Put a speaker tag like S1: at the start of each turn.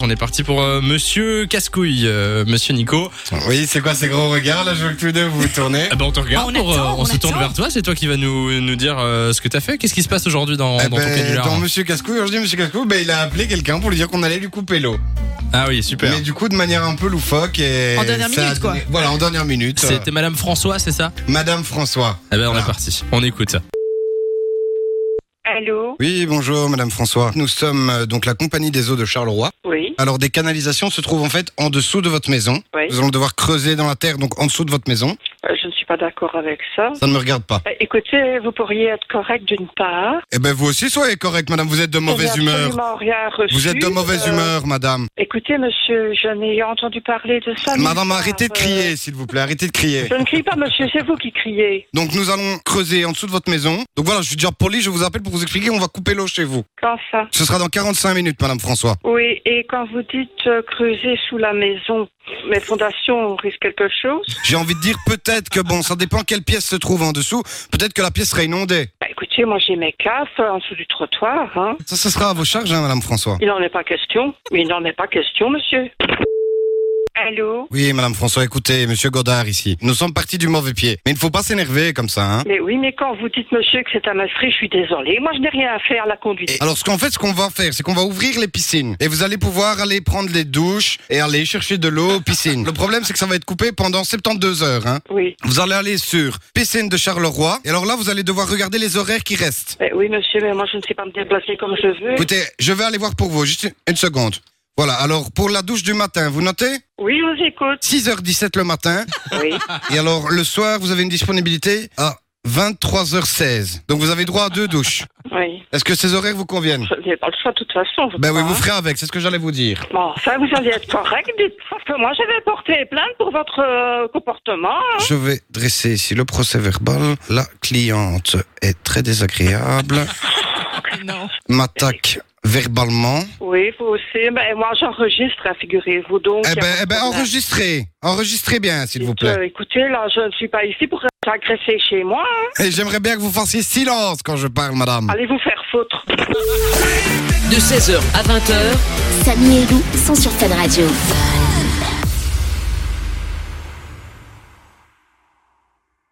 S1: On est parti pour euh, Monsieur Cascouille, euh, Monsieur Nico.
S2: Oui, c'est quoi ces gros regards là Je veux que tous les deux vous vous tournez.
S1: Ah bah, on te regarde,
S3: Ah, on
S1: pour, euh,
S3: attend,
S1: on,
S3: on
S1: se tourne
S3: attend.
S1: vers toi. C'est toi qui va nous, nous dire euh, ce que t'as fait. Qu'est-ce qui se passe aujourd'hui Ah, bah, dans,
S2: Eh
S1: dans ton
S2: ben,
S1: canular hein.
S2: dans Monsieur Cascou, aujourd'hui Monsieur Cascou, ben, il a appelé quelqu'un pour lui dire qu'on allait lui couper l'eau.
S1: Ah oui, super.
S2: Mais du coup de manière un peu loufoque et
S3: En dernière
S2: ça a
S3: minute, quoi.
S2: donné- Voilà, en dernière minute. euh,
S1: C'était Madame François, c'est ça
S2: Madame François.
S1: Eh ben on
S2: Voilà.
S1: est parti. On écoute.
S4: Allô
S2: Oui, bonjour Madame François. Nous sommes euh, donc la compagnie des eaux de Charleroi.
S4: Oui,
S2: Alors des canalisations se trouvent en fait en dessous de votre maison.
S4: Oui.
S2: Nous allons devoir creuser dans la terre, donc en dessous de votre maison.
S4: euh, je ne suis pas d'accord avec ça.
S2: Ça ne me regarde pas.
S4: Euh, Écoutez, vous pourriez être correct d'une part.
S2: Eh ben vous aussi soyez correct, Madame. Vous êtes
S3: Eh
S2: de mauvaise
S4: Je n'ai
S2: humeur.
S4: absolument rien reçu.
S2: Vous êtes de mauvaise
S4: Euh,
S2: humeur, Madame.
S4: Écoutez, monsieur, je n'ai entendu parler de ça. nulle
S2: Madame,
S4: part.
S3: euh,
S2: arrêtez de crier, s'il vous plaît. Arrêtez de crier.
S4: Euh, Je ne crie pas, monsieur, c'est vous qui criez.
S2: Donc nous allons creuser en dessous de votre maison. Donc voilà, je suis déjà poli, je vous appelle pour vous expliquer, on va couper l'eau chez vous.
S4: Quand ça
S2: Ce sera dans 45 minutes, Madame François.
S4: Oui, et quand vous dites euh, creuser sous la maison, mes fondations risquent quelque chose
S2: J'ai envie de dire peut-être que bon, ça dépend quelle pièce se trouve en dessous. Peut-être que la pièce sera inondée.
S4: bah, Écoutez, moi j'ai mes caves euh, en dessous du trottoir. Hein.
S2: Ça, ce sera à vos charges, hein, Madame François.
S4: Il n'en est pas question. Mais il n'en est pas question, monsieur. Allô
S2: Oui, Madame François, écoutez, Monsieur Godard ici. Nous sommes partis du mauvais pied. Mais il ne faut pas s'énerver comme ça, hein.
S4: Mais oui, mais quand vous dites, monsieur, que c'est à ma frise, je suis désolée. Moi, je n'ai rien à faire à la conduite.
S2: Et alors ce qu'on fait, ce qu'on va faire, c'est qu'on va ouvrir les piscines. Et vous allez pouvoir aller prendre les douches et aller chercher de l'eau aux piscines. Le problème, c'est que ça va être coupé pendant 72 heures, hein.
S4: Oui.
S2: Vous allez aller sur Piscine de Charleroi. Et alors là, vous allez devoir regarder les horaires qui restent.
S4: Ben oui, monsieur, mais moi, je ne sais pas me déplacer comme je veux.
S2: Écoutez, je vais aller voir pour vous. Juste une- une seconde. Voilà, alors pour la douche du matin, vous notez
S4: Oui, je vous écoute.
S2: 6h17 le matin.
S4: Oui.
S2: Et alors le soir, vous avez une disponibilité à 23h16. Donc vous avez droit à deux douches.
S4: Oui.
S2: Est-ce que ces horaires vous conviennent
S4: Je n'ai pas le choix, de toute façon. je
S2: Ben oui,
S4: crois,
S2: vous
S4: hein.
S2: ferez avec, c'est ce que j'allais vous dire.
S4: Bon, enfin, vous allez être correct. Dites parce que moi, je vais porter plainte pour votre euh, comportement. hein.
S2: Je vais dresser ici le procès verbal. La cliente est très désagréable,
S3: Non.
S2: m'attaque verbalement.
S4: Oui, vous aussi. Ben, moi, j'enregistre, hein, figurez-vous donc.
S2: Eh
S4: il y a
S2: ben,
S4: pas de
S2: eh ben,
S4: problème.
S2: enregistrez. Enregistrez bien, s'il vous
S4: Dites,
S2: plaît.
S4: euh, écoutez, là, je ne suis pas ici pour être agressé chez moi. hein.
S2: Et j'aimerais bien que vous fassiez silence quand je parle, madame.
S4: Allez vous faire foutre.
S5: de 16h à 20h.
S6: Samy et Lou sont sur Fun Radio.